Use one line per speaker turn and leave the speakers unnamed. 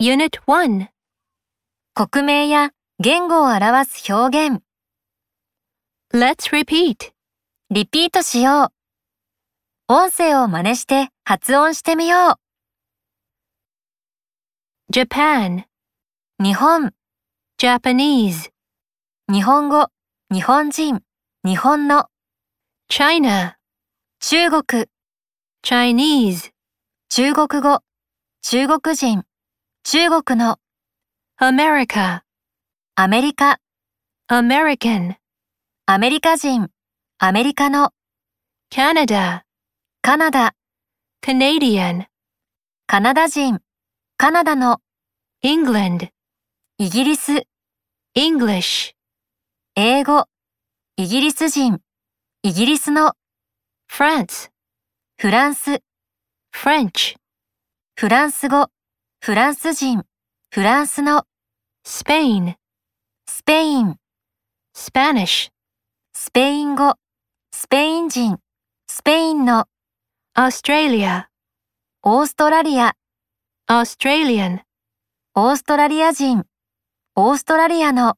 Unit 1
国名や言語を表す表現、
Let's repeat.
リピートしよう。音声を真似して発音してみよ
Japan,
う。日本、
Japanese,
日本語、日本人、日本の、
China,
中国、
Chinese,
中国語、中国人、中国の、
America,
アメリカ、
American,
アメリカ人、アメリカの、
Canada,
カナダ、
Canadian,
カナダ人、カナダの、
England,
イギリス、
English,
英語、イギリス人、イギリスの、
France,
フランス、
French,
フランス語、フランス人、フランスの、
Spain,
スペイン、
Spanish,
スペイン語、スペイン人、スペインの、
Australia,
オーストラリア、
Australian,
オーストラリア人、オーストラリアの、